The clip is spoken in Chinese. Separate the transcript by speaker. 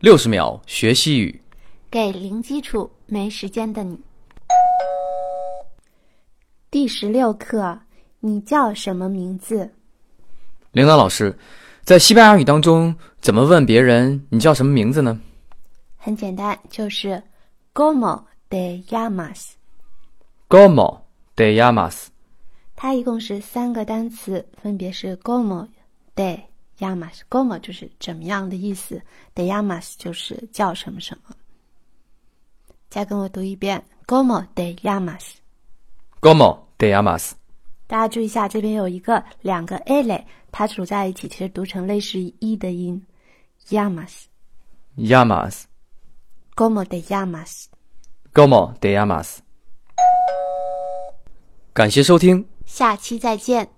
Speaker 1: 六十秒学西语。
Speaker 2: 给零基础没时间的你。第十六课，你叫什么名字？
Speaker 1: 铃铛老师，在西班牙语当中怎么问别人你叫什么名字呢？
Speaker 2: 很简单，就是 “Como de llamas”。
Speaker 1: Como de llamas？
Speaker 2: 它一共是三个单词，分别是 “Como de llamas”，“Como” 就是怎么样的意思，“de llamas” 就是叫什么什么。再跟我读一遍，“Como de llamas”。
Speaker 1: Como de llamas？
Speaker 2: 大家注意一下，这边有一个两个 a 类，它组在一起，其实读成类似于 e 的音，llamas。
Speaker 1: llamas。
Speaker 2: Como de llamas？
Speaker 1: Como de llamas？感谢收听。
Speaker 2: 下期再见。